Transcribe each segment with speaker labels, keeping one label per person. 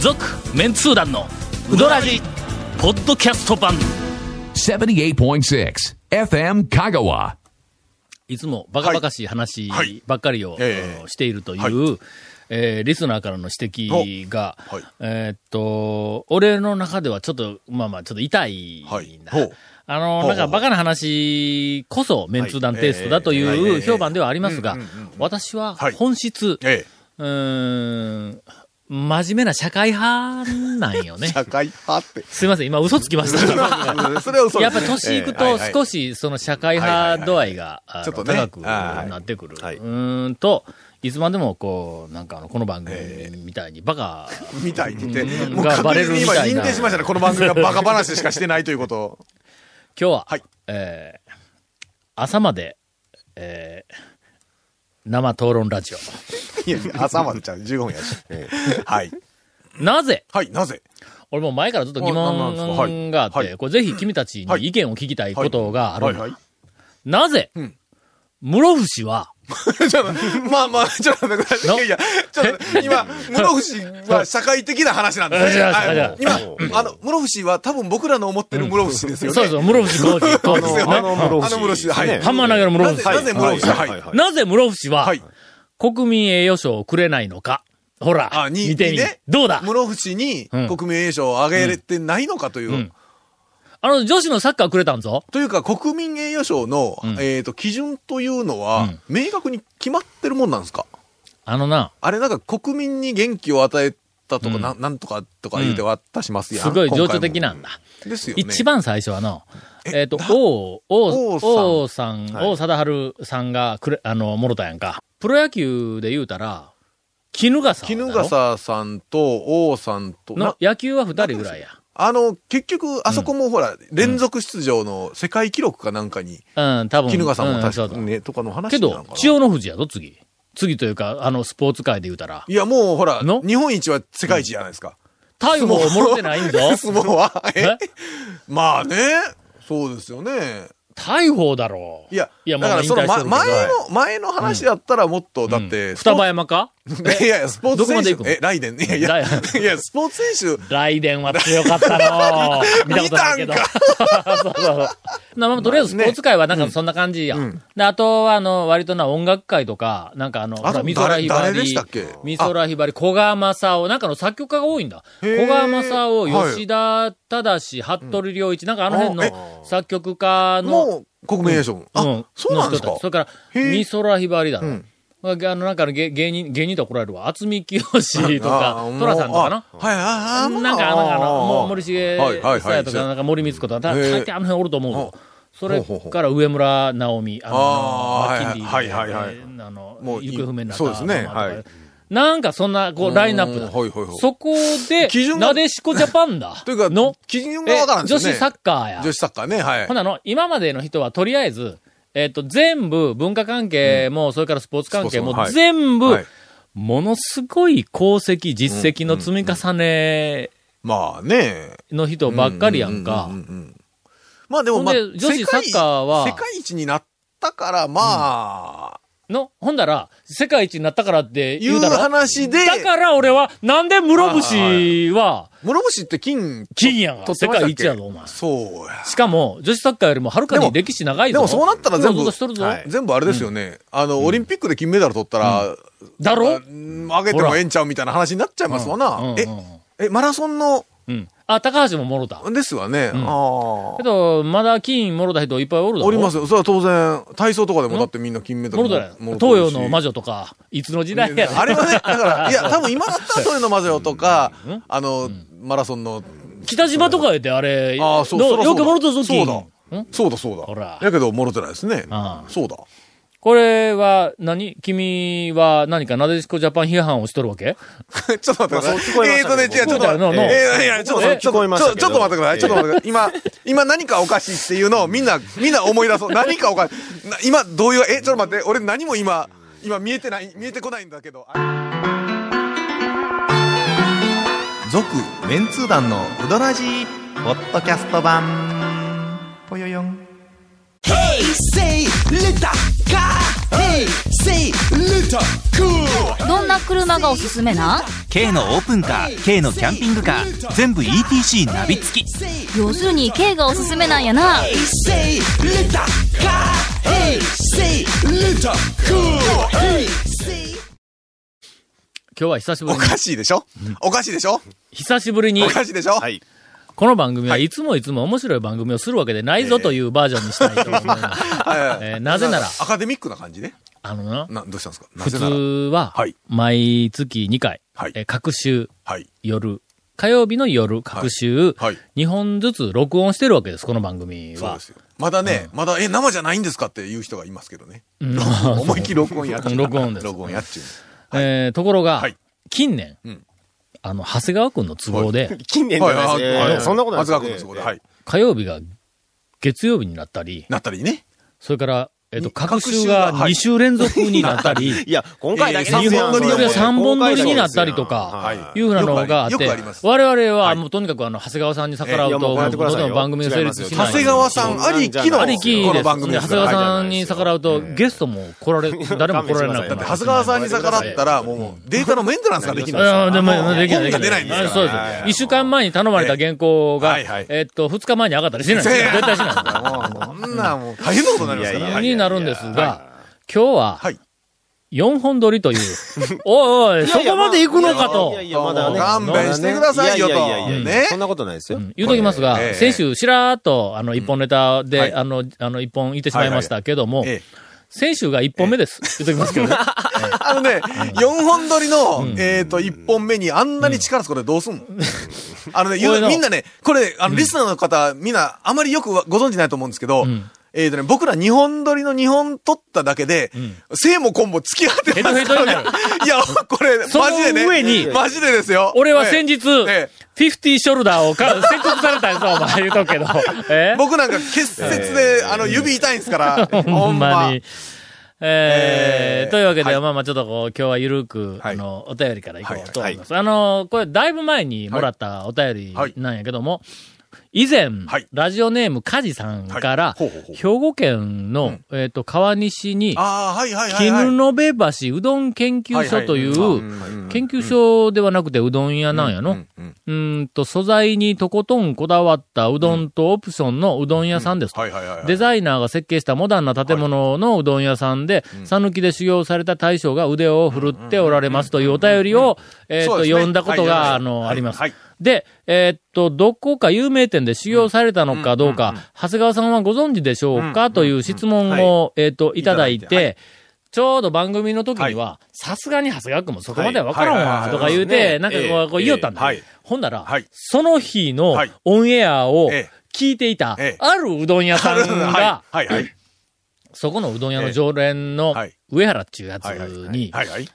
Speaker 1: 続メンツー団のウドラジポッドキャスト版
Speaker 2: 78.6 FM Kagawa.
Speaker 1: いつもバカバカしい話
Speaker 3: はい
Speaker 1: ばっかりを、
Speaker 3: ええ
Speaker 1: しているという、
Speaker 3: は
Speaker 1: えーリスナーからの指摘が、
Speaker 3: おはい
Speaker 1: えーっと、俺の中ではちょっと、まあまあ、ちょっと痛いんだ。
Speaker 3: はいほう
Speaker 1: あ
Speaker 3: ほう
Speaker 1: の、
Speaker 3: ほう
Speaker 1: なんかバカな話こそメンツー団テイストだと
Speaker 3: はいええ
Speaker 1: い
Speaker 3: え
Speaker 1: う
Speaker 3: え
Speaker 1: 評判ではありますが、私は
Speaker 3: はい
Speaker 1: 本質、
Speaker 3: え
Speaker 1: うーん、真面目な社会派なん よ
Speaker 3: え
Speaker 1: ね。
Speaker 3: 社会派って。
Speaker 1: すいません、今嘘つきました。
Speaker 3: それは嘘
Speaker 1: やっぱ年いく
Speaker 3: ええは
Speaker 1: と
Speaker 3: いはい
Speaker 1: 少しその社会派度合いがあ
Speaker 3: ちょ
Speaker 1: の
Speaker 3: っとね
Speaker 1: 高く
Speaker 3: あーはい
Speaker 1: なってくる。う
Speaker 3: はい
Speaker 1: ーんと、いつまでもこう、なんかあの、この番組みたいにバカ、
Speaker 3: みたいに言って、
Speaker 1: うん
Speaker 3: もう確実に今
Speaker 1: がバレるみたいな
Speaker 3: 認定しましたね。この番組はバカ話しかしてないということ を。
Speaker 1: 今日は、
Speaker 3: はい
Speaker 1: えー朝まで、えー生討論ラジオ。
Speaker 3: いや朝までちゃう。15分や し。はい。
Speaker 1: なぜ
Speaker 3: はい、なぜ
Speaker 1: 俺も前からずっと疑
Speaker 3: あなんなんですかはい
Speaker 1: 問があって、
Speaker 3: はい
Speaker 1: これぜひ君たち
Speaker 3: は
Speaker 1: に
Speaker 3: い
Speaker 1: 意見を聞きたいことがあるんだ。
Speaker 3: はいはい。
Speaker 1: なぜ、
Speaker 3: ん
Speaker 1: 室伏は、
Speaker 3: ちょっと、まあまあ、ちょっと待ってください。いやいや、ちょっと、今、室伏は社会的な話なんですね。
Speaker 1: あじゃあ
Speaker 3: はい今、あの、室伏は多分僕らの思ってる室伏ですよね。
Speaker 1: そうそう、室伏浩二、浩二ですよね。
Speaker 4: あの、室伏
Speaker 3: あの室伏はい
Speaker 1: ハンマー投げの室伏。
Speaker 3: なぜ室伏はい。
Speaker 4: はい
Speaker 1: なぜ室伏は、
Speaker 3: はい
Speaker 1: 国民栄誉賞をくれないのかほら、
Speaker 3: あ、に、
Speaker 1: 見て
Speaker 3: に
Speaker 1: み、
Speaker 3: ね
Speaker 1: どうだ
Speaker 3: 室伏に
Speaker 1: うん
Speaker 3: 国民栄誉賞をあげれてないのかという。
Speaker 1: んあの、女子のサッカーくれたんぞ。
Speaker 3: というか、国民栄誉賞の、
Speaker 1: ん
Speaker 3: えっ、と、基準というのは、明確に決まってるもんなんですか
Speaker 1: あのな、
Speaker 3: あれなんか国民に元気を与えたとか、
Speaker 1: うん
Speaker 3: なん、なんとかとか言うて渡しますやん。
Speaker 1: すごい情
Speaker 3: 今回
Speaker 1: 緒
Speaker 3: も
Speaker 1: 的なんだ。
Speaker 3: ですよね。
Speaker 1: 一番最初はの、えっ、と
Speaker 3: だ、
Speaker 1: 王、王、王
Speaker 3: 王
Speaker 1: さん、
Speaker 4: はい
Speaker 1: 王貞治さんがくれ、あの、もろたやんか。プロ野球で言うたら、絹笠だろ。
Speaker 3: 衣笠さんと王さんと、
Speaker 1: の
Speaker 3: な
Speaker 1: 野球は二人ぐらいや。
Speaker 3: あの、結局、あそこもほら、連続出場の世界記録かなんかに、
Speaker 1: うん、多分。
Speaker 3: 衣笠も
Speaker 1: うんそ
Speaker 3: 確
Speaker 1: う
Speaker 3: か
Speaker 1: そう
Speaker 3: ね、とかの
Speaker 1: け
Speaker 3: 話なの
Speaker 1: ど
Speaker 3: かな。、
Speaker 1: 千代の富士やぞ、次。次というか、あの、スポーツ界で言うたら。
Speaker 3: いや、もうほら、
Speaker 1: の
Speaker 3: 日本一は世界一じゃないですか。
Speaker 1: 逮捕をもろてないんぞ。
Speaker 3: 相撲は。え
Speaker 1: え
Speaker 3: まあね、そうですよね。
Speaker 1: 逮捕だろう。
Speaker 3: いや、
Speaker 1: いや、
Speaker 3: だ
Speaker 1: ま
Speaker 3: か
Speaker 1: あ、
Speaker 3: ら
Speaker 1: 引
Speaker 3: その、
Speaker 1: 退し
Speaker 3: ま
Speaker 1: てるけど。
Speaker 3: 前の、前の話だったらもっと、だって、スポ
Speaker 1: 双
Speaker 3: ー
Speaker 1: 葉山か
Speaker 3: ツ いやいや、スポーツ
Speaker 1: どこま
Speaker 3: 選
Speaker 1: で行
Speaker 3: 手
Speaker 1: く、の
Speaker 3: え、ライデンね。いや、
Speaker 1: ラ
Speaker 3: い
Speaker 1: イ
Speaker 3: や、スポーツ選手、
Speaker 1: 雷電は強かった の見たことないけど。
Speaker 3: 見
Speaker 1: そうそうそう。なまあとりあえずスポーツ界はなんかそんな感じや。で、あとは、あの、割とな、音楽界とか、なんかあの、
Speaker 3: あと
Speaker 1: 美空ひば
Speaker 3: 誰で
Speaker 1: り
Speaker 3: したっけ、
Speaker 1: 美空ひばり、小川正夫、なんかの作曲家が多いんだ。
Speaker 3: へ
Speaker 1: 小
Speaker 3: ー
Speaker 1: 川正夫、
Speaker 3: はい
Speaker 1: 吉田忠、服部良一、なんかあの辺の作曲家の、
Speaker 3: もう、国民栄誉賞。
Speaker 1: う
Speaker 3: あ、そうなんです
Speaker 1: の人た
Speaker 3: か
Speaker 1: ちそれから、
Speaker 3: へー
Speaker 1: 美空ひばりだろ。
Speaker 3: うん
Speaker 1: あの、なんかの芸芸人、芸人と怒られるわ。厚み清とか、寅さんとかな
Speaker 3: な。。はい、ああ、
Speaker 1: なんか、なんかあの、もう森重
Speaker 3: はいはい
Speaker 1: さ
Speaker 3: は
Speaker 1: や
Speaker 3: い
Speaker 1: とか、なんか森光子とか、た
Speaker 3: へー
Speaker 1: 大体あの辺おると思う
Speaker 3: ほ
Speaker 1: ぞ。それから上村直美、あの、マ
Speaker 3: あー
Speaker 1: ッキンリー
Speaker 3: はいはいはいはい
Speaker 1: えーあの、
Speaker 3: もう
Speaker 1: 行方不明になった。
Speaker 3: そうですね
Speaker 1: まあまあ
Speaker 3: はい
Speaker 1: なんかそんな、こう、ラインナップ
Speaker 3: うんはいはいは
Speaker 1: だ。
Speaker 3: い
Speaker 1: そこで
Speaker 3: 基、準が
Speaker 1: なでしこジャパンだ。
Speaker 3: というか、
Speaker 1: の、
Speaker 3: 基準が
Speaker 1: え
Speaker 3: わからんです
Speaker 1: 女
Speaker 3: よね。
Speaker 1: 子サッカーや。
Speaker 3: 女子サッカーね、はい
Speaker 1: ほ。なの、今までの人はとりあえず、えっ、と、全部、文化関係も、それからスポーツ関係も
Speaker 3: スポーツも、はい
Speaker 1: 全部、
Speaker 3: はい
Speaker 1: ものすごい功績、実績の積み重ね
Speaker 3: まあね。
Speaker 1: の人ばっかりやん
Speaker 3: う
Speaker 1: か
Speaker 3: う。うんうんまあでも、まあ、
Speaker 1: ほんで女子サッカーは
Speaker 3: 世界世界一になったから、まあ、
Speaker 1: の、ほんだら、世界一になったからって
Speaker 3: い
Speaker 1: 言
Speaker 3: う
Speaker 1: うだろ。
Speaker 3: 話で、
Speaker 1: だから俺は、なんで室伏は、
Speaker 3: 諸星って金、
Speaker 1: 金やんが。
Speaker 3: とって
Speaker 1: 世
Speaker 3: ましたっ
Speaker 1: 界
Speaker 3: け
Speaker 1: 一やぞ、お前。
Speaker 3: そうや。
Speaker 1: しかも、女子サッカーよりもはるかに歴史長いぞ。
Speaker 3: でもそうなったら全
Speaker 1: う
Speaker 3: 部
Speaker 1: ろうろしとるぞ。
Speaker 4: はい
Speaker 3: 全部あれですよね。あの、オリンピックで金メダル取ったら、
Speaker 1: だろ
Speaker 3: うんあげてもええんちゃうみたいな話になっちゃいますわ
Speaker 1: うんう。
Speaker 3: なんえ、え、マラソンの、
Speaker 1: うん。あ、高橋ももろた。
Speaker 3: ですわ
Speaker 1: ん
Speaker 3: ね。ああ
Speaker 1: け。ど、まだ金もろた人いっぱいおるだろ。
Speaker 3: おりますよ。それは当然、体操とかで
Speaker 1: ん
Speaker 3: もだってみんな金メダル
Speaker 1: モルド
Speaker 3: もろ
Speaker 1: や
Speaker 3: もろ
Speaker 1: 東
Speaker 3: てるし
Speaker 1: 洋の魔女とか、いつの時代やね
Speaker 3: あれはね、だから、いや、多分今だったら東洋の魔女とか
Speaker 1: ん、
Speaker 3: あの、マラソンの、
Speaker 1: 北島とか言ってあれ、
Speaker 3: ああ、そう、
Speaker 1: の
Speaker 3: そ
Speaker 1: よ
Speaker 3: らそう
Speaker 1: く
Speaker 3: だ
Speaker 1: モルドぞ、
Speaker 3: そ
Speaker 1: 金
Speaker 3: うだ
Speaker 1: ん。
Speaker 3: そうだ、そうだ。
Speaker 1: ほら
Speaker 3: やけど、もろてないですね
Speaker 1: あ。あ
Speaker 3: そうだ。
Speaker 1: これは何、君は何かなでしこジャパン批判をしとるわけ
Speaker 3: ちょっと待ってください。
Speaker 4: まあそう聞こえま
Speaker 3: え
Speaker 4: し
Speaker 3: ーと
Speaker 4: た
Speaker 3: ね、
Speaker 4: けど
Speaker 3: 違う、ちょっと
Speaker 1: 僕らの
Speaker 3: 待って。えーいや、ちょっと、
Speaker 1: え
Speaker 3: ちょっ
Speaker 4: 聞こえま
Speaker 3: と、
Speaker 4: し
Speaker 3: ち
Speaker 4: た
Speaker 3: ょ
Speaker 4: け
Speaker 3: ちょ
Speaker 4: ど
Speaker 3: っと待ってください。ちょっと待ってください。今、今何かおかしいっていうのをみんな、みんな思い出そう。何かおかしい。な今、どういう、え、ちょっと待って、俺何も今、今見えてない、見えてこないんだけど。
Speaker 5: 続メンツー団のウドラジーポッドキャスト版ぽよよん
Speaker 6: どんな
Speaker 4: な車がおすすめな
Speaker 6: K のオープンカー K のキャンピングカー全部 ETC ナビ付き
Speaker 4: 要するに K がおすすめなんやな
Speaker 7: Say Luta Ka Hey Say Luta Cool Hey Say
Speaker 1: 今日は久しぶ
Speaker 3: お
Speaker 1: りに、
Speaker 3: かしいでしょおかしいでしょ
Speaker 1: 久しぶりに
Speaker 3: お、かしいでしょ
Speaker 5: はい。
Speaker 1: この番組はいつもいつも面白い番組をするわけでないぞというバージョンにしたいと思います。
Speaker 3: はい
Speaker 1: えーなぜなら
Speaker 3: アカデミックな感じね。
Speaker 1: あのな、
Speaker 3: な、どうしたんですかな
Speaker 1: 普
Speaker 3: ぜなら。
Speaker 1: 通は
Speaker 3: はい、
Speaker 1: 毎月2回、
Speaker 3: はい
Speaker 1: えー各週
Speaker 3: はい。
Speaker 1: 夜、火曜日の夜、各週、
Speaker 3: はいはい
Speaker 1: 2本ずつ録音してるわけです、この番組
Speaker 3: そう
Speaker 1: は
Speaker 3: で。すよ。まだね、まだ、え、生じゃないんですかって言う人がいますけどね。
Speaker 1: うん
Speaker 3: 思いっきり録音やっちゅう。
Speaker 1: 録音です
Speaker 3: 録音やっちゅう。
Speaker 1: えーところが、
Speaker 3: はい
Speaker 1: 近年、
Speaker 3: ん
Speaker 1: あの、長谷川くんの都合で、
Speaker 8: 近年じゃないですね
Speaker 3: はいはいはい
Speaker 8: そんなことない
Speaker 3: 松
Speaker 8: ですよね
Speaker 3: 川君のそこで。はい。
Speaker 1: 火曜日が月曜日になったり、
Speaker 3: なったりね。
Speaker 1: それから、えっ、と、
Speaker 3: に各
Speaker 1: 各週
Speaker 3: 週
Speaker 1: が
Speaker 3: が
Speaker 1: 2週連続になったり、
Speaker 8: いや、今回だけです
Speaker 3: え
Speaker 8: よ。
Speaker 3: ー三本撮り
Speaker 1: それが3本撮りになったりと
Speaker 8: は
Speaker 1: か、
Speaker 8: い
Speaker 1: いうふうなのがあっ
Speaker 3: よ
Speaker 1: て
Speaker 3: くあります、
Speaker 1: 我々はもうとにかくあの、長谷川さんに逆らう
Speaker 8: いやも
Speaker 1: と、
Speaker 8: うこうやっ
Speaker 1: もう
Speaker 8: てくださいよ
Speaker 1: どの番組が成立しない。
Speaker 3: 長谷川さんありきの、
Speaker 1: ありき
Speaker 3: こ
Speaker 1: です。長
Speaker 3: の番
Speaker 1: 谷
Speaker 3: 組ですから
Speaker 1: 川さんに逆らうと、ゲストも来られ、誰も来られ
Speaker 8: だ
Speaker 1: なくな
Speaker 8: っ
Speaker 1: る
Speaker 8: て
Speaker 3: 長谷川さんに逆らったら、もうデータのメンテナンスができない
Speaker 1: ああ、でも、できない。
Speaker 3: 本が出ないんですから
Speaker 1: あそうです。一週間前に頼まれた原稿が、
Speaker 3: ええはいはい
Speaker 1: えっと、二日前に上がったりしないんです
Speaker 3: せ
Speaker 1: よ。
Speaker 3: や
Speaker 1: 絶対しない
Speaker 3: もう、そんな、もう、大変なことになりますから。
Speaker 1: になるんですが、今日は
Speaker 3: はい、
Speaker 1: 4本撮りという、おいおい、そこまで行くのかと
Speaker 8: いやいや、まだね。
Speaker 3: 勘弁してくださいよと
Speaker 8: ややいやいや
Speaker 3: ね
Speaker 8: そんなことないですよ
Speaker 1: うん。言うときますが
Speaker 3: え、え
Speaker 1: 先週、しらーっと、あの、一本ネタで、あの、あの、一本言ってしまいましたけども、
Speaker 3: ええ
Speaker 1: 先週が一本目です。言うときますけど ね。
Speaker 3: あのね、4本撮りの、えっと、1本目にあんなに力つことでどうすんのあのね、言
Speaker 1: 俺
Speaker 3: う
Speaker 1: の
Speaker 3: みんなね、これ、あの、リスナーの方、みんな、あまりよくわご存知ないと思うんですけど
Speaker 1: ん、
Speaker 3: えっとね、僕ら2本撮りの2本撮っただけで、性も今も付き合ってますからね
Speaker 1: ヘトヘトに
Speaker 3: いや、これ、
Speaker 1: その
Speaker 3: マジでね。
Speaker 1: 上に
Speaker 3: マジでですよ。
Speaker 1: 俺は
Speaker 3: え
Speaker 1: 先
Speaker 3: え
Speaker 1: 日、
Speaker 3: え
Speaker 1: フィフティショルダーをか説得されたんですお前言うとくけど。え
Speaker 3: 僕なんか、結節で、あの、指痛いんですか ら、
Speaker 1: ほんまに。えー
Speaker 3: えー
Speaker 1: というわけで、
Speaker 3: はい
Speaker 1: まあまあちょっとこう、今日はゆるく、
Speaker 3: はい
Speaker 1: あの、お便りからいこうと思います。あの、これ、だいぶ前にもらったお便り
Speaker 3: はい
Speaker 1: なんやけども、以前、
Speaker 3: はい
Speaker 1: ラジオネームカジさんから、
Speaker 3: はいほうほうほう
Speaker 1: 兵庫県の、えっ、と、川西に、
Speaker 3: ああ、はいはいはい、はい。
Speaker 1: 絹延橋うどん研究所という、
Speaker 3: はいはいうん
Speaker 1: 研究所ではなくてうどん屋なんやの。う
Speaker 3: うんんうん
Speaker 1: ーんと、素材にとことんこだわったうどんとオプションのうどん屋さんですと
Speaker 3: はいはいはいはい。
Speaker 1: デザイナーが設計したモダンな建物のうどん屋さんで、讃岐で修行された大将が腕を振るっておられますというお便りを、えっ
Speaker 3: そう
Speaker 1: と、
Speaker 3: ですね
Speaker 1: 読んだこと
Speaker 3: はい
Speaker 1: が、
Speaker 3: はい
Speaker 1: あの、あります
Speaker 3: はい。
Speaker 1: で、えっと、どこか有名店で修行されたのかどうか、長谷川さんはご存知でしょうかという質問を、えっと、いただい
Speaker 3: いただ
Speaker 1: て、ちょうど番組の時には、さすがに長谷川君もそこまではわから
Speaker 3: はいはい
Speaker 1: ん
Speaker 3: は
Speaker 1: わ、
Speaker 3: い
Speaker 1: とか言う
Speaker 8: そうです
Speaker 1: て、
Speaker 8: ね
Speaker 1: なんかこ
Speaker 8: え
Speaker 1: う
Speaker 8: え
Speaker 1: こう言おったんだ
Speaker 3: ええはい。
Speaker 1: ほんなら
Speaker 3: はい、
Speaker 1: その日の
Speaker 3: はい
Speaker 1: オンエアを
Speaker 3: ええ
Speaker 1: 聞いていた、
Speaker 3: ええ
Speaker 1: あるうどん屋さんが、
Speaker 3: はいはいはい。
Speaker 1: そこのうどん屋の常連の
Speaker 3: ええはい
Speaker 1: 上原っちゅうやつ
Speaker 3: はいはいはい
Speaker 1: に、
Speaker 3: はいはい。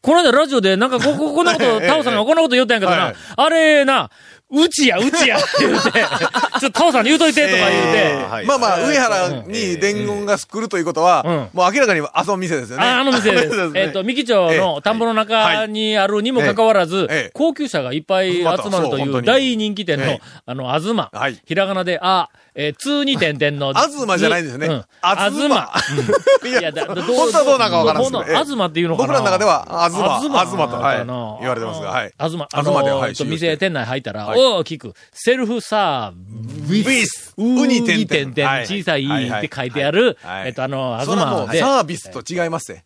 Speaker 1: この間ラジオでなんか こ、こ、こんなこと、タオさんがこんなこと言ったんやけど
Speaker 3: は、
Speaker 1: ないあれな、うちや、うちや、って 言うて、ちょっとタオさんに言うといて、とか言う
Speaker 3: え
Speaker 1: て、
Speaker 8: はい
Speaker 3: ーまあまあ、上原に伝言が来るということは、
Speaker 1: う
Speaker 3: もう明らかにあその店ですよね。
Speaker 1: ああの店 です
Speaker 3: そう。ね
Speaker 1: えっと、三木町の田んぼの中にあるにもかかわらず
Speaker 3: ええええ、
Speaker 1: 高級車がいっぱい集まると
Speaker 3: そう
Speaker 1: い
Speaker 3: 本当
Speaker 1: う
Speaker 3: に
Speaker 1: 大人気店
Speaker 3: え
Speaker 1: の
Speaker 3: え、
Speaker 1: あの、あずま
Speaker 3: はい。
Speaker 1: ひらがなで、あ、えー、通に点々 の。
Speaker 3: あずまじゃないんですよね
Speaker 1: うあ
Speaker 3: あず
Speaker 1: ずま
Speaker 3: ま。 いや、本当はどうなんかわからんすけどええ
Speaker 1: あずまっていうのかな
Speaker 3: 僕らの中では、あずま、あ
Speaker 1: あずま
Speaker 3: ずまと、はい
Speaker 1: あの
Speaker 3: 言われてますが、はい。
Speaker 1: あずま、あ
Speaker 3: あ
Speaker 1: の
Speaker 3: ずまでははい
Speaker 1: えっと
Speaker 3: 使用して
Speaker 1: 店店内入ったら、
Speaker 3: はい
Speaker 1: 大きく、セルフサービ
Speaker 3: ビ
Speaker 1: ス
Speaker 3: ス、
Speaker 1: う
Speaker 3: う
Speaker 1: に
Speaker 3: に
Speaker 1: 点
Speaker 3: 点
Speaker 1: 々、
Speaker 3: 々はい
Speaker 1: 小さい
Speaker 3: はい
Speaker 1: いっ
Speaker 3: はい
Speaker 1: て書いてある、
Speaker 3: はい
Speaker 1: えっと、あの、あず
Speaker 3: それはも
Speaker 1: ま
Speaker 3: う、
Speaker 1: で、
Speaker 3: サービスと違いますね。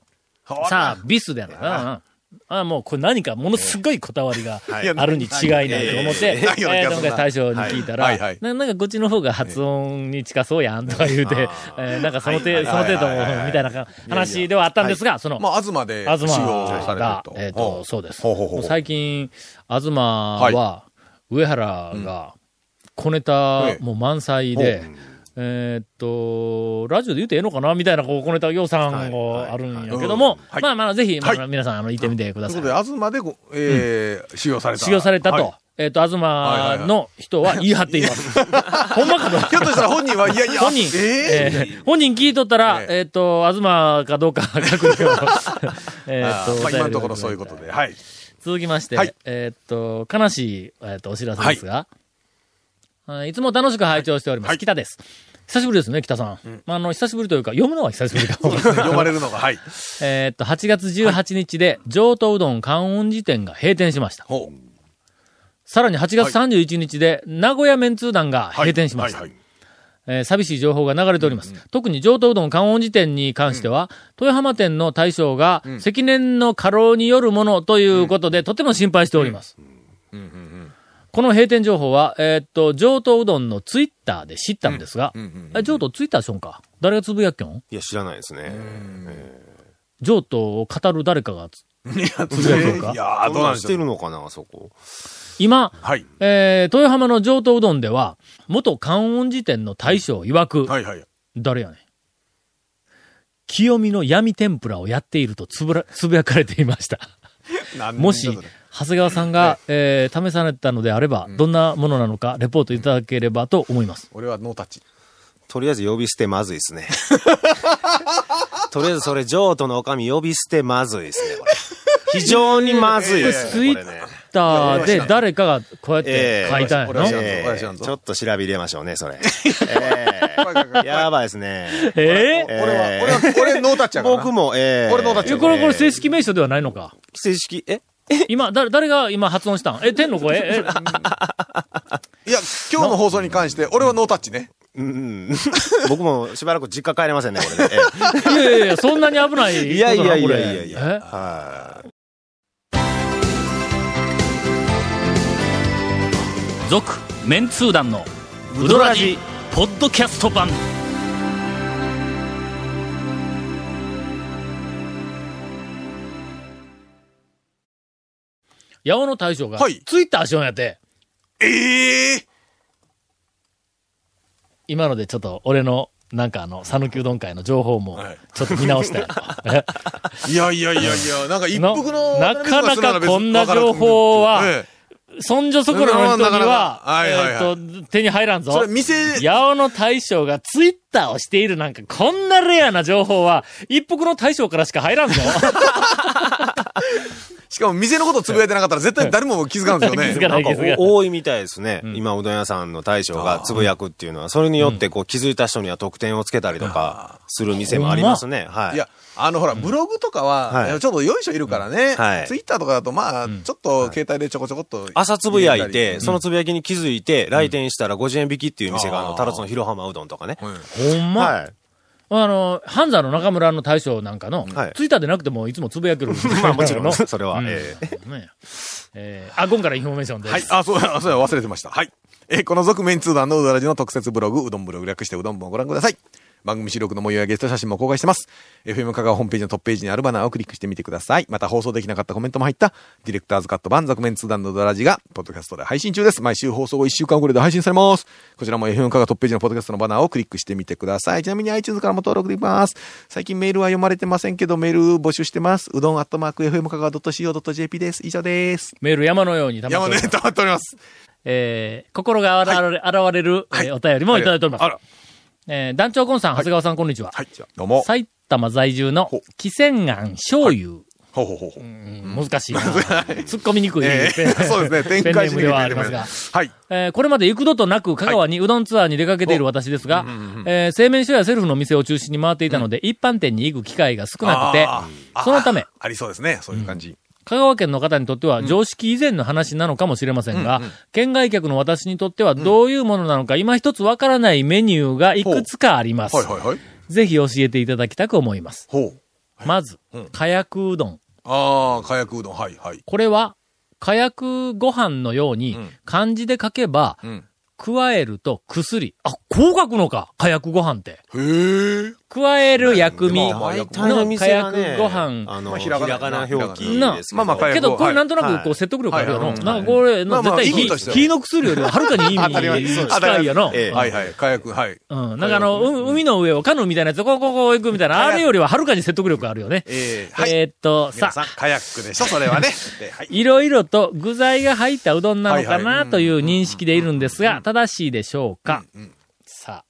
Speaker 1: サービスでやろな。あもう、これ何か、ものすごいこだわりが
Speaker 3: い
Speaker 1: あるに違いないと思って、え
Speaker 3: いやない
Speaker 1: ー
Speaker 3: ような気が
Speaker 1: なん
Speaker 3: する
Speaker 1: か
Speaker 3: な
Speaker 1: 大将に聞いたら
Speaker 3: はいはいはい、
Speaker 1: ななんかこっちの方が発音に近そうやんとか言うて、えーなんかその程度、その程度
Speaker 3: はいはいはいはい
Speaker 1: みたいなか話ではあったんですが、その、
Speaker 3: まあ、あずまで
Speaker 1: 東
Speaker 3: 修行され
Speaker 1: が
Speaker 3: る、と。
Speaker 1: えっ、
Speaker 3: ほ
Speaker 1: と、
Speaker 3: う
Speaker 1: そうです。
Speaker 3: ほうほうほう
Speaker 1: もう最近、東は、上原が、小ネタ
Speaker 3: ええ
Speaker 1: もう満載で、えっと、ラジオで言うてええのかなみたいな、こう、小ネタ予算があるんやけども、
Speaker 3: はいはいはい
Speaker 1: まあまあ、ぜひ、ま
Speaker 3: は
Speaker 1: あ、皆さん、あの、行ってみてくだ
Speaker 3: という
Speaker 1: さ
Speaker 3: こ
Speaker 1: い
Speaker 3: とで、。あずまでご、えー、修行された。
Speaker 1: 修行されたと、
Speaker 3: はい
Speaker 1: えっ、と、東
Speaker 3: はいはい
Speaker 1: の人は言い張っています。ほんまかな
Speaker 3: ひょっとしたら本人は、いやいや、
Speaker 1: 本人、
Speaker 3: えー
Speaker 1: えー本人聞いとったら、
Speaker 3: え
Speaker 1: えっ、と、東かどうか確 認を。えー
Speaker 3: あーまあ
Speaker 1: お便りを
Speaker 3: 今のところそういうことで、はい。
Speaker 1: 続きまして、
Speaker 3: はい
Speaker 1: えーっと、悲しい、えーっと、お知らせですが、あーい、つも楽しく拝聴しております。
Speaker 3: はい
Speaker 1: 北です。久しぶりですね、北さん。まああの、久しぶりというか、読むのは久しぶりかも。
Speaker 3: 読まれるの が、はい。
Speaker 1: えーっと、8月18日で、上都うどん観音寺店が閉店しました。
Speaker 3: ほう。
Speaker 1: さらに8月31日で、名古屋メンツー団が閉店しました
Speaker 3: はい。はい
Speaker 1: えー寂しい情報が流れております。特に上等うどん観音寺店に関しては、豊浜店の大将が、積年の過労によるものということで、とても心配しております。この閉店情報は、えーっと、上等うどんのツイッターで知ったんですが、え上等ツイッターしょんか誰がつぶやっけん
Speaker 9: いや、知らないですね。
Speaker 1: 上等を語る誰かがつ、
Speaker 3: いやいやー、どうなんで
Speaker 9: し
Speaker 3: してょう。
Speaker 9: るのかな、あそこ。
Speaker 1: 今、
Speaker 3: はい。
Speaker 1: えー豊浜の上等うどんでは、元観音寺店の大将曰く、
Speaker 3: はいはい。
Speaker 1: 誰やねん。清見の闇天ぷらをやっているとつぶら、 つぶやかれていました。
Speaker 3: なん
Speaker 1: もし
Speaker 3: だそれ、
Speaker 1: 長谷川さんが、えー試されたのであれば、どんなものなのか、レポートいただければと思います。
Speaker 3: 俺はノータッチ。
Speaker 9: とりあえず呼び捨てまずいで すね。とりあえずそれ、譲渡の女将呼び捨てまずいですね、これ。非常にまずい
Speaker 1: これ
Speaker 9: です
Speaker 1: ツ
Speaker 9: ね、
Speaker 1: イ
Speaker 9: これね
Speaker 1: ッ。ターで誰かがこうやって
Speaker 9: ええ
Speaker 1: 書いたんや
Speaker 3: 俺は
Speaker 1: ろ
Speaker 3: 知らんぞ
Speaker 9: え
Speaker 3: 俺は知らん
Speaker 9: ーちょ
Speaker 3: ぞ。
Speaker 9: っと調べ入れましょうね、それ。え
Speaker 3: 怖い怖い怖
Speaker 9: ー
Speaker 3: い
Speaker 9: やばいですね。
Speaker 1: ええ
Speaker 9: えー
Speaker 3: 俺は、俺は、俺ノータッチやからな。
Speaker 9: 僕も、えー
Speaker 3: 俺のだっちゃ
Speaker 1: これ、これ
Speaker 9: え
Speaker 1: 正
Speaker 9: ー
Speaker 1: 式名称ではないのか。
Speaker 9: 正式、え
Speaker 1: 今、誰、誰が今発音したんえ、天の声え、
Speaker 3: いや、今日の放送に関して、俺はノータッチね。
Speaker 9: うんうん。僕もしばらく実家帰れませんね、これね。えー
Speaker 1: えいやいやいや、そんなに危ないことなの。
Speaker 9: いやいやいや
Speaker 1: これ
Speaker 9: いやいや
Speaker 1: え続メンツー団のウドラジポッドキャスト版八尾の大将が、
Speaker 3: はい
Speaker 1: ツイッターしようんやって
Speaker 3: ええ
Speaker 1: 今のでちょっと俺のなんかあの讃岐うどん会の情報も
Speaker 3: はい
Speaker 1: ちょっと見直 したよ、
Speaker 3: いやいやいやいや、なんか一服の。
Speaker 1: ななかなかこんな
Speaker 3: わらず
Speaker 1: 情報は
Speaker 3: ええ
Speaker 1: そんじょそこらの人に
Speaker 3: なかな
Speaker 1: は
Speaker 3: か、はいはいはい
Speaker 1: えーっと、手に入らんぞ。
Speaker 3: それ店、
Speaker 1: 八尾の大将がツイッターをしているなんか、こんなレアな情報は、一服の大将からしか入らんぞ。
Speaker 3: しかも店のことつぶやいてなかったら絶対誰も気づかんですよね。
Speaker 1: 気づか
Speaker 9: なんか
Speaker 1: ですが
Speaker 9: お多いみたいですね。今、うどん屋さんの大将がつぶやくっていうのは、それによってこう気づいた人には得点をつけたりとかする店もありますね。はい。
Speaker 3: いや、あのほら、ブログとかは、
Speaker 9: はい
Speaker 3: いやちょっとよいしょいるからね。
Speaker 9: はい
Speaker 3: ツイッターとかだと、まあ、ちょっと携帯でちょこちょこっと。
Speaker 9: 朝つぶや
Speaker 3: 入
Speaker 9: い
Speaker 3: れた
Speaker 9: て、
Speaker 3: り
Speaker 9: そのつぶやきに気づいて、来店したら50円引きっていう店が、あの、タラツの広浜うどんとかね。
Speaker 1: ほんま、
Speaker 9: はい。
Speaker 1: あの、ハンザの中村の大将なんかの、
Speaker 9: はい
Speaker 1: ツイッターでなくてもいつもつぶやける。
Speaker 9: まあもちろん、
Speaker 1: の。
Speaker 9: それは。ええ
Speaker 1: うんねえーあ、今からインフォメーションです。
Speaker 3: はい。あ、そうや、そうや、忘れてました。はい。えーこの続面通談のうどらじの特設ブログ、うどんブログ略してうどんもご覧ください。番組収録の模様やゲスト写真も公開してます。FM 香川ホームページのトップページにあるバナーをクリックしてみてください。また放送できなかったコメントも入った、ディレクターズカット版続面通談のうどらじが、ポッドキャストで配信中です。毎週放送後1週間遅れで配信されます。こちらも FM 香川トップページのポッドキャストのバナーをクリックしてみてください。ちなみに iTunes からも登録できます。最近メールは読まれてませんけど、メール募集してます。うどんアットマーク FM 香川 .co.jp です。以上です。
Speaker 1: メール山のように溜まっております
Speaker 3: 溜まっております。
Speaker 1: えー心が現れ,、現れる、えーお便りもいただいております。
Speaker 3: あら。
Speaker 1: えー団長コンさん、長谷川さん、こんにちは。
Speaker 3: はい。どうも。
Speaker 1: 埼玉在住の
Speaker 3: ほ、
Speaker 1: 汽船岩醤油。
Speaker 3: ほうほうほうほう。
Speaker 1: うん難しいな。突っ込みにくい。
Speaker 3: ええ そうです
Speaker 1: ペ
Speaker 3: ね。展
Speaker 1: ンネ
Speaker 3: 開
Speaker 1: ー
Speaker 3: し
Speaker 1: ム
Speaker 3: に
Speaker 1: で
Speaker 3: くい
Speaker 1: はありますが。
Speaker 3: はい。
Speaker 1: えーこれまで幾度となく香川にうどんツアーに出かけている私ですが、えー製麺所やセルフの店を中心に回っていたので、一般店に行く機会が少なくて、
Speaker 3: あー
Speaker 1: そのため。
Speaker 3: あありそうですね。そういう感じ。
Speaker 1: 香川県の方にとっては常識以前の話なのかもしれませんが、県外客の私にとってはどういうものなのか今一つわからないメニューがいくつかあります
Speaker 3: はい。はいはい。
Speaker 1: ぜひ教えていただきたく思います。
Speaker 3: ほう。
Speaker 1: まず、かやくうどん。
Speaker 3: ああ、かやくうどん。はいはい。
Speaker 1: これは、火薬ご飯のように、漢字で書けば、
Speaker 3: うん。
Speaker 1: 加えると薬。あ、こう書くのか火薬ご飯って。
Speaker 3: へえ。
Speaker 1: 加える薬味
Speaker 3: まあ
Speaker 9: 大
Speaker 1: の
Speaker 9: 体の
Speaker 1: 火
Speaker 9: 店は
Speaker 1: 薬
Speaker 9: ね
Speaker 1: ご飯。
Speaker 9: あの、
Speaker 3: まあ
Speaker 9: ひ
Speaker 3: ひ
Speaker 9: ら
Speaker 3: らがな
Speaker 9: がな表記
Speaker 1: な
Speaker 9: ですけど。
Speaker 3: まあまあ火薬
Speaker 1: けど、これなんとな
Speaker 9: は
Speaker 1: く
Speaker 9: い
Speaker 1: こう説得力あるよ
Speaker 3: はい
Speaker 1: の。
Speaker 3: はい
Speaker 1: なんかこれ、
Speaker 3: まあまあ
Speaker 1: 絶対
Speaker 3: いい
Speaker 1: 火
Speaker 3: としては
Speaker 1: 火の薬よりははるかにいい
Speaker 9: 当たり前そうです
Speaker 1: 近いよの。
Speaker 9: ええ
Speaker 3: はいはい。かやく、はい。
Speaker 1: うん。なんかあの、う海の上をカヌーみたいなやつ、こうこうこう行くみたいな、あれよりははるかに説得力あるよね。
Speaker 3: ええ。はい。
Speaker 1: えーっと、さ
Speaker 3: 皆さん、かやくでしょ、そ れはね。ではい。
Speaker 1: いろいろと具材が入ったうどんなのか
Speaker 3: はいは
Speaker 1: なという認識でいるんですが、正しいでしょうか、さ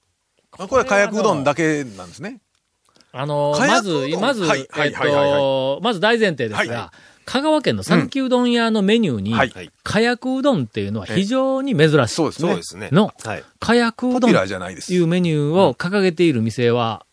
Speaker 3: まあこれはかやくうどんだけなんですね。
Speaker 1: あ、あのー
Speaker 3: かや
Speaker 1: ま
Speaker 3: くうど
Speaker 1: ず、
Speaker 3: ん
Speaker 1: まず、
Speaker 3: はい
Speaker 1: え
Speaker 3: はい
Speaker 1: っ
Speaker 3: はいはい
Speaker 1: と、まず大前提ですが、
Speaker 3: は
Speaker 1: 香川県の讃岐うどん屋のメニューに、
Speaker 3: はい
Speaker 1: 火薬うどんっていうのは非常に珍しい。
Speaker 3: そうです
Speaker 9: そう
Speaker 3: ね
Speaker 9: で。すね。
Speaker 1: の
Speaker 9: はい。
Speaker 1: 火薬う
Speaker 3: ポ
Speaker 1: ど
Speaker 3: ピ
Speaker 1: んと
Speaker 3: ュラーじゃないです。
Speaker 1: いうメニューを掲げている店は、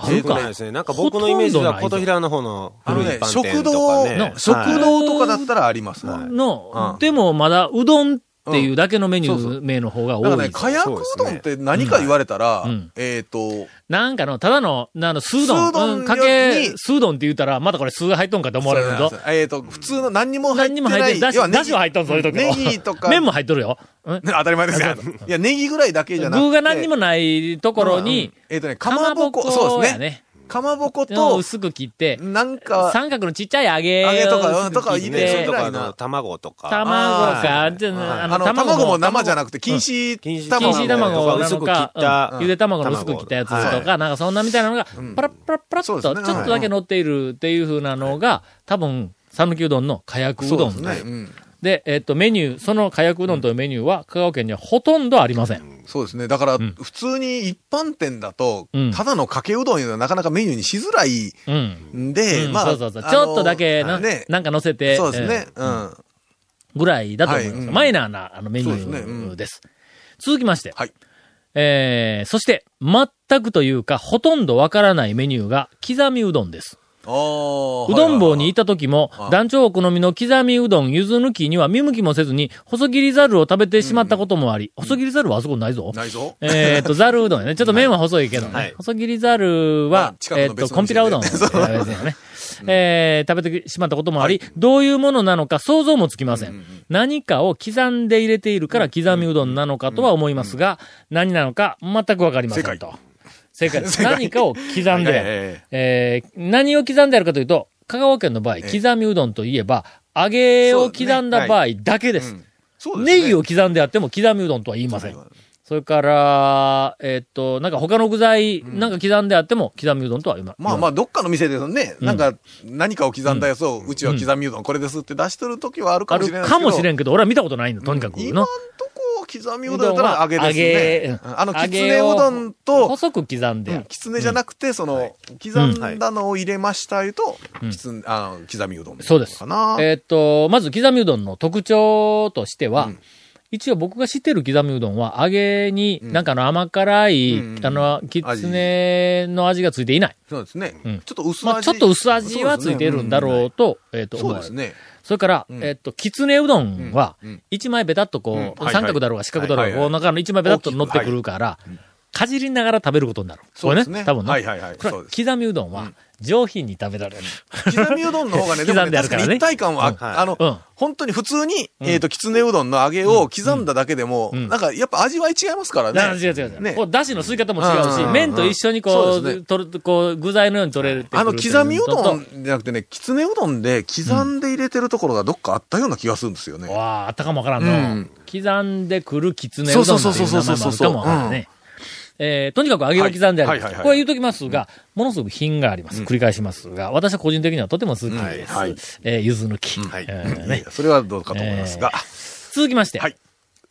Speaker 1: ある
Speaker 9: 出てこ
Speaker 1: か
Speaker 9: ないですね。なんか僕のイメージでは、琴平の方の
Speaker 3: あの
Speaker 9: 古い
Speaker 3: ね、
Speaker 9: パン
Speaker 3: 食
Speaker 9: 店とか
Speaker 3: 堂、
Speaker 9: ね。
Speaker 1: の
Speaker 3: 食
Speaker 9: はい
Speaker 3: 堂とかだったらあります。はい
Speaker 1: の、
Speaker 3: うん
Speaker 1: でもまだうどんっていうだけのメニュ
Speaker 3: うんそうそ
Speaker 1: ー名の方が多
Speaker 3: だから
Speaker 1: い
Speaker 3: ね、。かやくうどんって何か言われたら、
Speaker 1: うんうん
Speaker 3: えっ、と、
Speaker 1: なんかの、ただの、あの、酢う
Speaker 3: 酢
Speaker 1: ど
Speaker 3: うどん
Speaker 1: ん、
Speaker 3: より
Speaker 1: うんかけ、酢うどんって言うたら、まだこれ酢が入っとんかと思われるぞ
Speaker 3: そ。うなんですよえっ、と、普通の何にも入
Speaker 1: 何
Speaker 3: って
Speaker 1: に
Speaker 3: な
Speaker 1: も
Speaker 3: い。
Speaker 1: 入ってる。だし、
Speaker 3: 要はネギ
Speaker 1: だしは入っとんぞ、そういう時
Speaker 3: ネギとか。
Speaker 1: 麺も入っとるよ。ん
Speaker 3: ね当たり前ですよ。いや、ネギぐらいだけじゃなくて。
Speaker 1: 具が何にもないところに、
Speaker 3: えっ、とね、か
Speaker 1: か
Speaker 3: ま
Speaker 1: ま
Speaker 3: ぼ
Speaker 1: ぼ
Speaker 3: こ、
Speaker 1: こ
Speaker 3: そうです
Speaker 1: や
Speaker 3: ね。
Speaker 1: ね。
Speaker 3: かまぼこ
Speaker 1: を
Speaker 3: と、
Speaker 1: 薄く切って、
Speaker 3: なんか、
Speaker 1: 三角のちっちゃい揚げを
Speaker 3: 揚げとかうんとか
Speaker 1: 薄く切っ
Speaker 3: 入
Speaker 9: ね、
Speaker 3: れ
Speaker 9: そ
Speaker 3: て
Speaker 9: れ
Speaker 1: て
Speaker 9: とかあ
Speaker 3: ぐらいな
Speaker 9: の、卵とか。
Speaker 1: 卵
Speaker 9: は
Speaker 1: か、
Speaker 9: い
Speaker 1: じゃあ
Speaker 9: はい
Speaker 1: あ
Speaker 3: あの、卵も生じゃなくて、禁
Speaker 9: 禁
Speaker 3: 止
Speaker 9: 止
Speaker 3: 卵。
Speaker 1: 禁止卵な
Speaker 9: 薄
Speaker 1: の
Speaker 9: く切
Speaker 1: か
Speaker 9: っ、た
Speaker 1: うんゆで卵の薄く切ったやつとか、なんかそんなみたいなのが、パラッパラッパラ
Speaker 3: そう
Speaker 1: ッ
Speaker 3: です
Speaker 1: と、
Speaker 3: ね
Speaker 1: ちょっとだけ乗っているっていう風なのが、多分、讃岐うどんの火薬う
Speaker 3: そう
Speaker 1: ど
Speaker 3: で
Speaker 1: ん
Speaker 3: す
Speaker 1: で,、
Speaker 3: ね。うん
Speaker 1: えっと、メニュー、その火薬うどんというメニューは、香川県にはほとんどありません。
Speaker 3: そうですね。だから、
Speaker 1: ん
Speaker 3: 普通に一般店だと、
Speaker 1: うん
Speaker 3: ただのかけうどんいうのはなかなかメニューにしづらい
Speaker 1: うん。
Speaker 3: んで、
Speaker 1: うん
Speaker 3: まあ、
Speaker 1: そうそうそう。
Speaker 3: あの
Speaker 1: ちょっとだけな、
Speaker 3: ね、
Speaker 1: なんか乗せて、
Speaker 3: そうです
Speaker 1: え
Speaker 3: ね。
Speaker 1: ー
Speaker 3: うん。
Speaker 1: ぐらいだと思います。
Speaker 3: はいうん
Speaker 1: マイナーなあのメニュ
Speaker 3: そうですねう
Speaker 1: ー
Speaker 3: ん
Speaker 1: です。続きまして、
Speaker 3: はい。
Speaker 1: えー、そして、全くというか、ほとんどわからないメニューが、刻みうどんです。
Speaker 3: あー
Speaker 1: うどん坊に
Speaker 3: はい
Speaker 1: た時も
Speaker 3: あ、
Speaker 1: 団長お好みの刻みうどん、ゆず抜きには見向きもせずに、細切りざるを食べてしまったこともあり、細切りざるはあそこないぞ
Speaker 3: いはい。ないぞ。
Speaker 1: えっと、ざるうどんやね。ちょっと麺は細いけどね。
Speaker 9: はい
Speaker 1: 細切りざる
Speaker 3: あ
Speaker 1: は、
Speaker 3: 近く
Speaker 1: え
Speaker 3: の
Speaker 1: っ
Speaker 3: 別の店
Speaker 1: と、コンピラ
Speaker 3: で
Speaker 1: うどん、
Speaker 3: そう
Speaker 1: えーですよねえー食べてしまったこともあり、どういうものなのか想像もつきません。何かを刻んで入れているから刻みうどんなのかとは思いますが、何なのか全くわかりませ
Speaker 3: 正解
Speaker 1: んと。正解です。何かを刻んである、
Speaker 3: え
Speaker 1: えー何を刻んであるかというと、香川県の場合、刻みうどんといえば、揚げを刻んだ場合だけです。
Speaker 3: そうですね。
Speaker 1: ネギを刻んであっても刻みうどんとは言いません。それから、えっと、なんか他の具材、なんか刻んであっても刻みうどんとは言いません。
Speaker 3: まあまあ、どっかの店でね、なんか、何かを刻んだやつを、うちは刻みうどんこれですって出してる時はあるか
Speaker 1: あ
Speaker 3: も
Speaker 1: る
Speaker 3: しれない
Speaker 1: かもしれ
Speaker 3: ん
Speaker 1: んけど、俺は見たことないんだ、とにかく。
Speaker 3: 今ん
Speaker 1: の
Speaker 3: とこ、刻みうどんやったら揚げですね。
Speaker 1: 揚げ
Speaker 3: あの、きつ
Speaker 1: 揚
Speaker 3: ね
Speaker 1: げ
Speaker 3: う
Speaker 1: を
Speaker 3: どんと、
Speaker 1: 細く刻んである。
Speaker 3: きつねじゃなくて、その、刻んだのを入れましたいうと、きつん、あの、刻みうどん。
Speaker 1: そうです。
Speaker 3: かな。
Speaker 1: えっと、まず刻みうどんの特徴としては、
Speaker 3: うん
Speaker 1: 一応僕が知ってる刻みうどんは、揚げになんかあの甘辛い、
Speaker 3: うん
Speaker 1: あの、きつねの味がついていない。
Speaker 3: そうですね
Speaker 1: うん。
Speaker 3: ちょっと薄
Speaker 1: まあ、
Speaker 3: 味。
Speaker 1: ちょっと薄味はついているんだろうと、えっ、と、
Speaker 3: そ
Speaker 1: 思
Speaker 3: う
Speaker 1: わ
Speaker 3: で
Speaker 1: れ
Speaker 3: す
Speaker 1: る。
Speaker 3: ね。
Speaker 1: それから、
Speaker 3: うん
Speaker 1: えっ、と、きつねうどんは
Speaker 3: うんうん、
Speaker 1: 一枚ベタっとこう、
Speaker 3: うんはいはい
Speaker 1: 三角だろうが四角だろうが、こう中の一枚ベタっと乗ってくるから、かじりながら食べることになる。
Speaker 3: そうです
Speaker 1: こ
Speaker 3: ね
Speaker 1: れ多分ね。
Speaker 3: はいはいはい
Speaker 1: これ
Speaker 3: そうです
Speaker 1: 刻みうどんは、上品に食べられる。
Speaker 3: 刻みうどんの方がね、でも
Speaker 1: 刻ん
Speaker 3: ね、
Speaker 1: であるか
Speaker 3: 確から
Speaker 1: ね
Speaker 3: に一体感は、
Speaker 9: はい
Speaker 3: あの、
Speaker 1: うん
Speaker 3: 本当に普通に、えっ、と、きつねうどんの揚げを刻んだだけでも、
Speaker 1: ん
Speaker 3: なんかやっぱ味わい違いますから
Speaker 1: だから
Speaker 3: ね。
Speaker 1: 違う違う違う。
Speaker 3: ね
Speaker 1: こう、だしの吸い方も違う
Speaker 3: うんうんう
Speaker 1: し
Speaker 3: ん、
Speaker 1: 麺と一緒にこ
Speaker 3: そうです
Speaker 1: う、
Speaker 3: ね
Speaker 1: 取る、こう、具材のように取れるって
Speaker 3: あの、
Speaker 1: くるっていう
Speaker 3: 刻みうど
Speaker 1: と
Speaker 3: んじゃなくてね、きつねうどんで刻んで入れてるところがどっかあったような気がするんですよね。
Speaker 1: わあ、あったかもわからん
Speaker 3: う
Speaker 1: の
Speaker 3: ん。
Speaker 1: 刻んでくるきつねうどんっていう名前もあるかもわからんね。えー、とにかく揚げを刻んであ
Speaker 3: はい
Speaker 1: り
Speaker 3: はい
Speaker 1: ます。
Speaker 3: はいはい
Speaker 1: これは言うときますが、ものすごく品があります。繰り返しますが、私は個人的にはとても好きです。
Speaker 3: はいはい
Speaker 1: えー、ゆず抜き。
Speaker 3: はい
Speaker 1: えー
Speaker 3: い
Speaker 1: ね
Speaker 3: やそれはどうかと思いますが。
Speaker 1: 続きまして、
Speaker 3: はい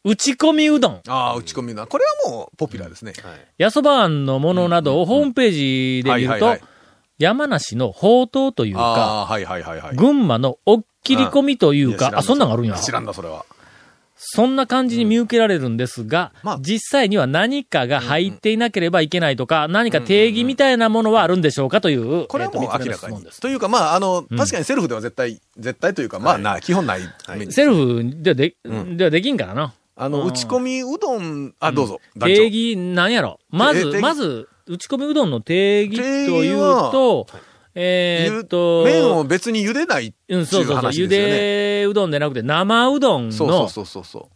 Speaker 1: 打ち込みうどん。
Speaker 3: ああ、打ち込みな。これはもうポピュラーですね。
Speaker 1: やそばあんのものなどをホームページで見
Speaker 3: は
Speaker 1: る
Speaker 3: いはいは
Speaker 1: と
Speaker 3: い、
Speaker 1: 山梨の宝刀というか、
Speaker 3: ああ、はいはいはいはい。
Speaker 1: 群馬のおっきり込みとい
Speaker 3: いうや知ら
Speaker 1: か、あ、そんなんがあるんや。
Speaker 3: 知らんだ、それは。
Speaker 1: そんな感じに見受けられるんですが、
Speaker 3: まあ
Speaker 1: 実際には何かが入っていなければいけないとか、何か定義みたいなものはあるんでしょうかという、
Speaker 3: これはもう
Speaker 1: えーと三
Speaker 3: 明ら
Speaker 1: つ
Speaker 3: か
Speaker 1: 目の質問
Speaker 3: に
Speaker 1: で。す。
Speaker 3: というか、まあ、あの、
Speaker 1: ん
Speaker 3: 確かにセルフでは絶対、絶対というか、まあな、基本ない。
Speaker 1: セルフではで、ではできんからな。
Speaker 3: あの、打ち込みうどん、あ、どうぞ。団長
Speaker 1: 定義なんやろ。ま
Speaker 3: え定
Speaker 1: ず、
Speaker 3: 義
Speaker 1: まず、打ち込みうどんの定義というと、えーっと、
Speaker 3: 麺を別に茹でないって
Speaker 1: う
Speaker 3: い
Speaker 1: ん、
Speaker 3: う
Speaker 1: そうそうそう、
Speaker 3: 話
Speaker 1: 茹
Speaker 3: で
Speaker 1: でうどんでなくて、生うどん
Speaker 3: すよね。そう
Speaker 1: の
Speaker 3: そうそうそうそう。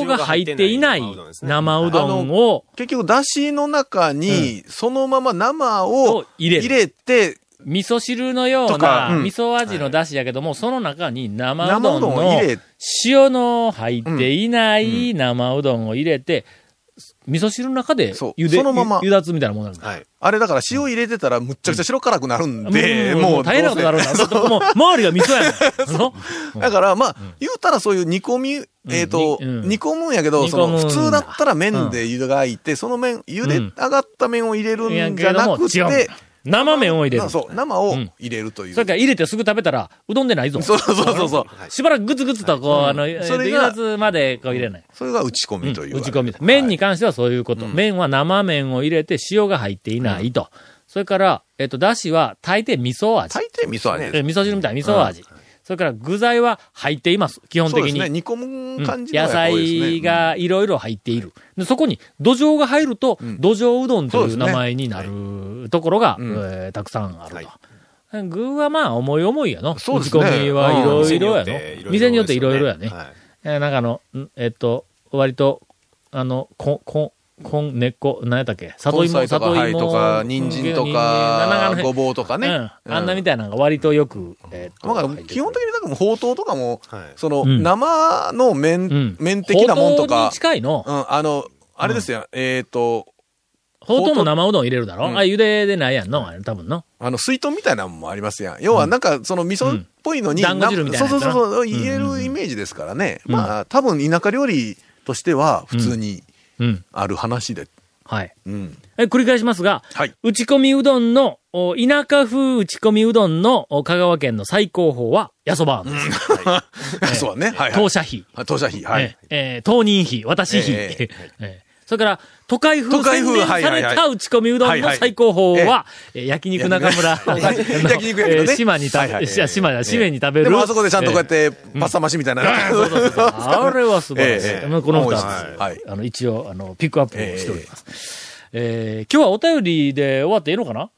Speaker 1: 塩が入っていない生うどんを、
Speaker 3: 結局、だしの中に、そのまま生を
Speaker 1: を入れる
Speaker 3: 入れて、
Speaker 1: 味噌汁のよう
Speaker 3: とか
Speaker 1: な、
Speaker 3: うん
Speaker 1: 味噌味の出汁やけども、その中に生う
Speaker 3: 生
Speaker 1: ど
Speaker 3: うんどんを
Speaker 1: の
Speaker 3: 入れ、
Speaker 1: 塩の入っていない生うどんを入れて、味噌汁の中で
Speaker 3: そう
Speaker 1: 茹で、
Speaker 3: そのまま
Speaker 1: ゆ茹だつみたいなもんなんだ。
Speaker 9: はい。
Speaker 3: あれだから塩入れてたらむっちゃくちゃ白辛くなるんで、
Speaker 1: ん
Speaker 3: もうどうせ。
Speaker 1: 大変なことになるんだ。だってもう、周りが味噌 やねんその。
Speaker 3: だから、まあ、言うたらそういう煮込み、えっと、
Speaker 1: にうん
Speaker 3: 煮込むんやけど、
Speaker 1: 煮
Speaker 3: そ
Speaker 1: 込むん
Speaker 3: の、
Speaker 1: だ
Speaker 3: 普通だったら麺で湯がいて、その麺、茹で上がった麺を入れる
Speaker 1: うん
Speaker 3: んじゃなく
Speaker 1: いやけども違うん
Speaker 3: て
Speaker 1: だ、生麺を入れる。そ
Speaker 3: そう、生を
Speaker 1: ん
Speaker 3: 入れるという。
Speaker 1: れから入れてすぐ食べたら、うどんでないぞ。
Speaker 3: そうそうそうそう。
Speaker 1: しばらくグツグツとこう、あの、え
Speaker 3: そ
Speaker 1: ー
Speaker 3: れ
Speaker 1: 油
Speaker 3: が
Speaker 1: 圧までこう入れない。
Speaker 3: それが打ち込みという。
Speaker 1: 打ち込み。麺に関してはそういうこと。麺は生麺を入れて塩が入っていないと。それから、えっと、だしは大抵味噌味。
Speaker 3: 大抵味噌味
Speaker 1: え
Speaker 3: です。
Speaker 1: 味噌汁みたいな味噌味。それから具材は入っています。基本
Speaker 3: そう
Speaker 1: 的
Speaker 3: です
Speaker 1: に。
Speaker 3: ね。煮込
Speaker 1: うん
Speaker 3: む感じの
Speaker 1: 野
Speaker 3: がやっぱ多いですね
Speaker 1: 菜がいろいろ入っている。でそこに土壌が入ると、土壌うどんと
Speaker 3: そ
Speaker 1: い
Speaker 3: うで
Speaker 1: う
Speaker 3: すね
Speaker 1: 名前になるところが、
Speaker 3: ん
Speaker 1: えーたくさんあると。具はまあ、思い思いやの。
Speaker 3: そ
Speaker 1: 打
Speaker 3: うで
Speaker 1: ち
Speaker 3: すね
Speaker 1: 込みはいろいろや
Speaker 9: うん
Speaker 1: の。店によっていろいろやね。
Speaker 9: はい
Speaker 1: えーなんかあの、んえっと、割と、あの、こ、こ、こん、根っこ、何やったっけ里
Speaker 3: 里
Speaker 1: 芋、
Speaker 3: 芋とか、
Speaker 1: 里
Speaker 3: はい
Speaker 1: 芋。
Speaker 3: とか、人参とか、ごぼうとか
Speaker 1: う
Speaker 3: ね。
Speaker 1: ん。あんなみたいなのが割とよく、えっと
Speaker 3: まあ、基本的になんかもうほうとうとかも、
Speaker 9: はい
Speaker 3: その、
Speaker 1: うん
Speaker 3: 生の麺、
Speaker 1: うん
Speaker 3: 麺的なもんと
Speaker 1: ほうう
Speaker 3: か
Speaker 1: に、近いの。
Speaker 3: うん、あの、あれですよ、えっ、と、
Speaker 1: ほうとうも生うどん入れるだろ、
Speaker 3: うん
Speaker 1: あ、茹ででないやんのあれ多分の。
Speaker 3: あの、水筒みたいなのもありますやん。要は、なんか、その味噌っぽいのに、
Speaker 1: うん団子汁みたいなやつ
Speaker 3: そ
Speaker 1: な
Speaker 3: うそうそうそう、
Speaker 1: ん
Speaker 3: 入れるイメージですからね。
Speaker 1: ん
Speaker 3: まあ、多分、田舎料理としては、普通に
Speaker 1: うん。
Speaker 3: ある話で。
Speaker 1: はい。
Speaker 3: うん。
Speaker 1: え繰り返しますが、
Speaker 3: はい
Speaker 1: 打ち込みうどんの、お田舎風打ち込みうどんのお香川県の最高峰は、やそばあんです。
Speaker 3: そうだね。はい、は
Speaker 1: 当
Speaker 3: い。
Speaker 1: 社費、
Speaker 3: 当社費、はい。
Speaker 1: ええー当人費、私費、
Speaker 3: ええ
Speaker 1: ええそれから、都会風
Speaker 3: 都会風
Speaker 1: 洗練され
Speaker 3: はいはい
Speaker 1: た
Speaker 3: は
Speaker 1: 打ち込みうど
Speaker 3: は
Speaker 1: ん
Speaker 3: い
Speaker 1: の
Speaker 3: はい
Speaker 1: 最高峰は、ええ焼肉中村の、
Speaker 3: 焼肉やけど
Speaker 1: え
Speaker 3: ね
Speaker 1: ー島に食べ、
Speaker 3: はいはい
Speaker 1: いや島だ、締めに食べる。
Speaker 3: でも、あそこでちゃんとこうやっ
Speaker 1: ええ
Speaker 3: て、パスタマシみたいな。
Speaker 1: そうそ うそうそうあれは素晴らしい。
Speaker 3: ええ
Speaker 1: まあこの二つ、
Speaker 3: はいはい
Speaker 1: あの、一応、あの、ピックアップをしております。えー今日はお便りで終わっていいのかな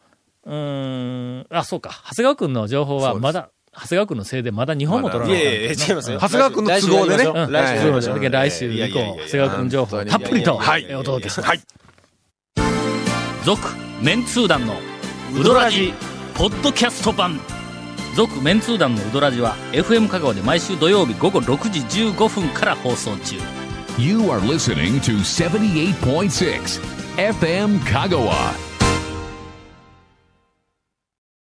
Speaker 1: うーん、あ、そうか。長谷川くんの情報はまだ、長谷川くんのせいでまだ日本も取ら
Speaker 9: い
Speaker 1: ない。
Speaker 9: やいや、違いますよ。
Speaker 3: 長谷川君の都合でね
Speaker 1: うん
Speaker 9: 来週やりましょう
Speaker 1: だけど来週以降、長谷川くん情報をたっぷりと
Speaker 9: いやいやいやいやいやいやいやいやいやいや
Speaker 1: お届けします。
Speaker 3: はい。
Speaker 1: 続、メンツー団のウドラジ、ポッドキャスト版。続、メンツー団のウドラジは FM 香川で毎週土曜日午後6時15分から放送中。
Speaker 2: You are listening to 78.6 FM Kagawa.